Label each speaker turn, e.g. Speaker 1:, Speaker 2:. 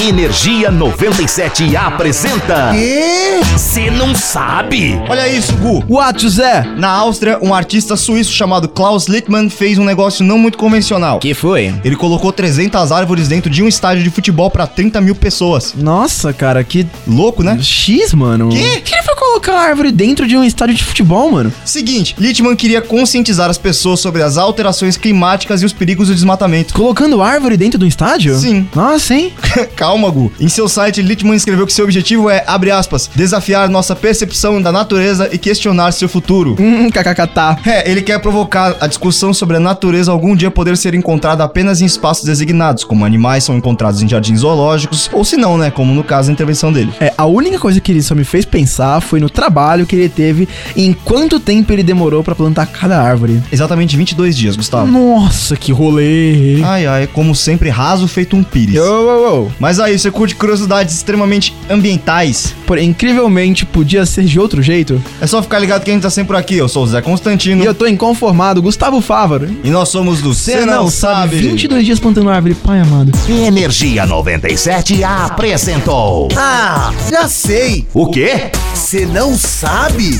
Speaker 1: Energia 97 apresenta.
Speaker 2: Quê?
Speaker 1: Você não sabe?
Speaker 2: Olha isso, Gu.
Speaker 3: What, José?
Speaker 2: Na Áustria, um artista suíço chamado Klaus Littmann fez um negócio não muito convencional.
Speaker 3: Que foi?
Speaker 2: Ele colocou 300 árvores dentro de um estádio de futebol pra 30 mil pessoas.
Speaker 3: Nossa, cara, que
Speaker 2: Louco, né?
Speaker 3: X, mano.
Speaker 2: Quê?
Speaker 3: Que ele foi colocar uma árvore dentro de um estádio de futebol, mano?
Speaker 2: Seguinte, Littmann queria conscientizar as pessoas sobre as alterações climáticas e os perigos do desmatamento.
Speaker 3: Colocando árvore dentro de um estádio?
Speaker 2: Sim.
Speaker 3: Nossa, hein?
Speaker 2: Calma, Gu. Em seu site, Littmann escreveu que seu objetivo é, abre aspas, desafiar nossa percepção da natureza e questionar seu futuro.
Speaker 3: Hum, kkk.
Speaker 2: É, ele quer provocar a discussão sobre a natureza algum dia poder ser encontrada apenas em espaços designados, como animais são encontrados em jardins zoológicos, ou se não, né, como no caso da intervenção dele.
Speaker 3: É, a única coisa que ele só me fez pensar foi no trabalho que ele teve e em quanto tempo ele demorou pra plantar cada árvore.
Speaker 2: Exatamente 22 dias, Gustavo.
Speaker 3: Nossa, que rolê.
Speaker 2: Ai, ai, como sempre, raso feito um pires.
Speaker 3: yo, yo.
Speaker 2: Mas aí, você curte curiosidades extremamente ambientais?
Speaker 3: Porém, incrivelmente, podia ser de outro jeito.
Speaker 2: É só ficar ligado que a gente tá sempre por aqui. Eu sou o Zé Constantino.
Speaker 3: E
Speaker 2: E,
Speaker 3: eu tô inconformado, Gustavo Fávaro.
Speaker 2: nós somos do Cê Não, Sabe.
Speaker 3: 22 dias plantando árvore, pai amado.
Speaker 1: Energia 97 apresentou.
Speaker 4: Ah, já sei.
Speaker 1: O quê?
Speaker 4: Você não sabe?